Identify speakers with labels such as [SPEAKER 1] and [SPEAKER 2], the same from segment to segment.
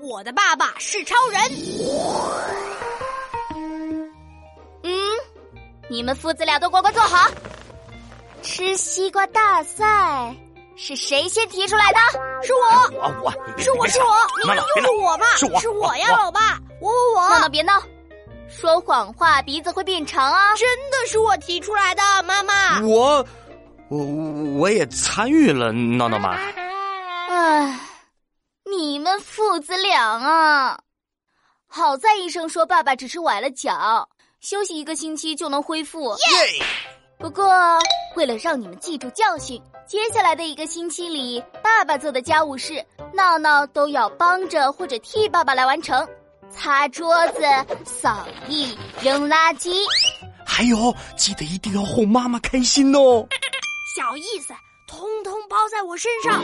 [SPEAKER 1] 我的爸爸是超人。
[SPEAKER 2] 嗯，你们父子俩都乖乖坐好。
[SPEAKER 3] 吃西瓜大赛是谁先提出来的？
[SPEAKER 1] 是我，
[SPEAKER 4] 我我
[SPEAKER 1] 是我，是我，你
[SPEAKER 4] 妈
[SPEAKER 1] 们
[SPEAKER 4] 妈
[SPEAKER 1] 又
[SPEAKER 4] 别闹
[SPEAKER 1] 是我吧？
[SPEAKER 4] 是我
[SPEAKER 1] 是我呀，
[SPEAKER 4] 我
[SPEAKER 1] 老爸，我我我，
[SPEAKER 2] 闹闹别闹，说谎话鼻子会变长啊！
[SPEAKER 1] 真的是我提出来的，妈妈。
[SPEAKER 4] 我我我也参与了，闹闹妈。
[SPEAKER 2] 唉，你们父子俩啊，好在医生说爸爸只是崴了脚，休息一个星期就能恢复。
[SPEAKER 4] 耶！
[SPEAKER 2] 不过，为了让你们记住教训，接下来的一个星期里，爸爸做的家务事，闹闹都要帮着或者替爸爸来完成：擦桌子、扫地、扔垃圾。
[SPEAKER 4] 还有，记得一定要哄妈妈开心哦。
[SPEAKER 1] 小意思，通通包在我身 上。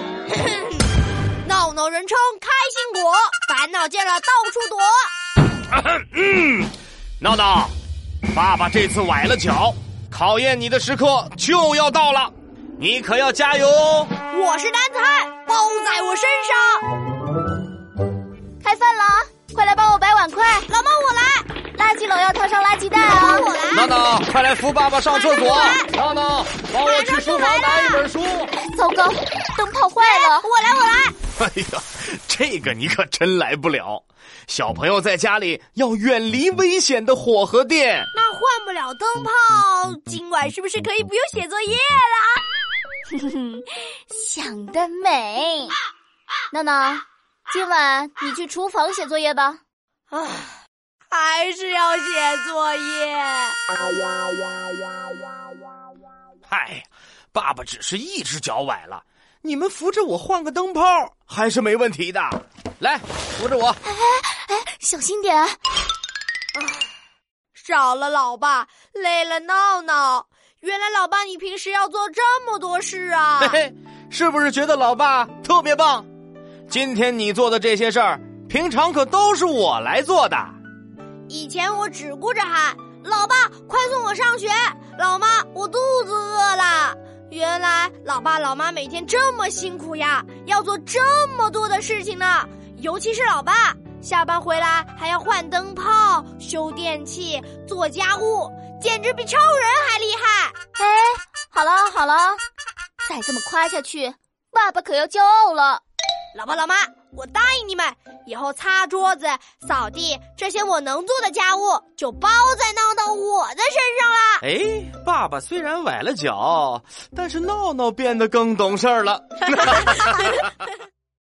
[SPEAKER 1] 闹闹人称开心果，烦恼见了到处躲。
[SPEAKER 4] 闹闹，爸爸这次崴了脚，考验你的时刻就要到了，你可要加油哦！
[SPEAKER 1] 我是男子汉，包在我身上。
[SPEAKER 2] 开饭了，快来帮我摆碗筷。
[SPEAKER 1] 老妈，我来，
[SPEAKER 2] 垃圾篓要套上垃圾袋啊！
[SPEAKER 1] 我来。
[SPEAKER 4] 闹闹，快来扶爸爸上厕所！啊闹闹，帮我去书房拿一本书。
[SPEAKER 2] 糟糕，灯泡坏了。
[SPEAKER 1] 我来，我来。
[SPEAKER 4] 哎呀，这个你可真来不了。小朋友在家里要远离危险的火和电。
[SPEAKER 1] 那换不了灯泡，今晚是不是可以不用写作业了？
[SPEAKER 2] 想得
[SPEAKER 1] 啊
[SPEAKER 2] 美，闹闹，今晚你去厨房写作业吧。
[SPEAKER 1] 还是要写作业？
[SPEAKER 4] 嗨，哎爸爸只是一只脚崴了，你们扶着我换个灯泡还是没问题的。来，扶着我。
[SPEAKER 2] 小心点，
[SPEAKER 1] 少了老爸，累了闹闹。原来老爸，你平时要做这么多事 啊
[SPEAKER 4] 嘿！嘿，是不是觉得老爸特别棒？今天你做的这些事儿，平常可都是我来做的。
[SPEAKER 1] 以前我只顾着喊“老爸，快送我上学”，“老妈，我肚子饿了”。原来老爸老妈每天这么辛苦呀，要做这么多的事情呢。尤其是老爸，下班回来还要换灯泡、修电器、做家务，简直比超人还厉害。
[SPEAKER 2] 好了好了，再这么夸下去，爸爸可要骄傲了。
[SPEAKER 1] 老爸老妈，我答应你们，以后擦桌子、扫地这些我能做的家务，就包在闹闹我的身上啦。
[SPEAKER 4] 哎，爸爸虽然崴了脚，但是闹闹变得更懂事儿了。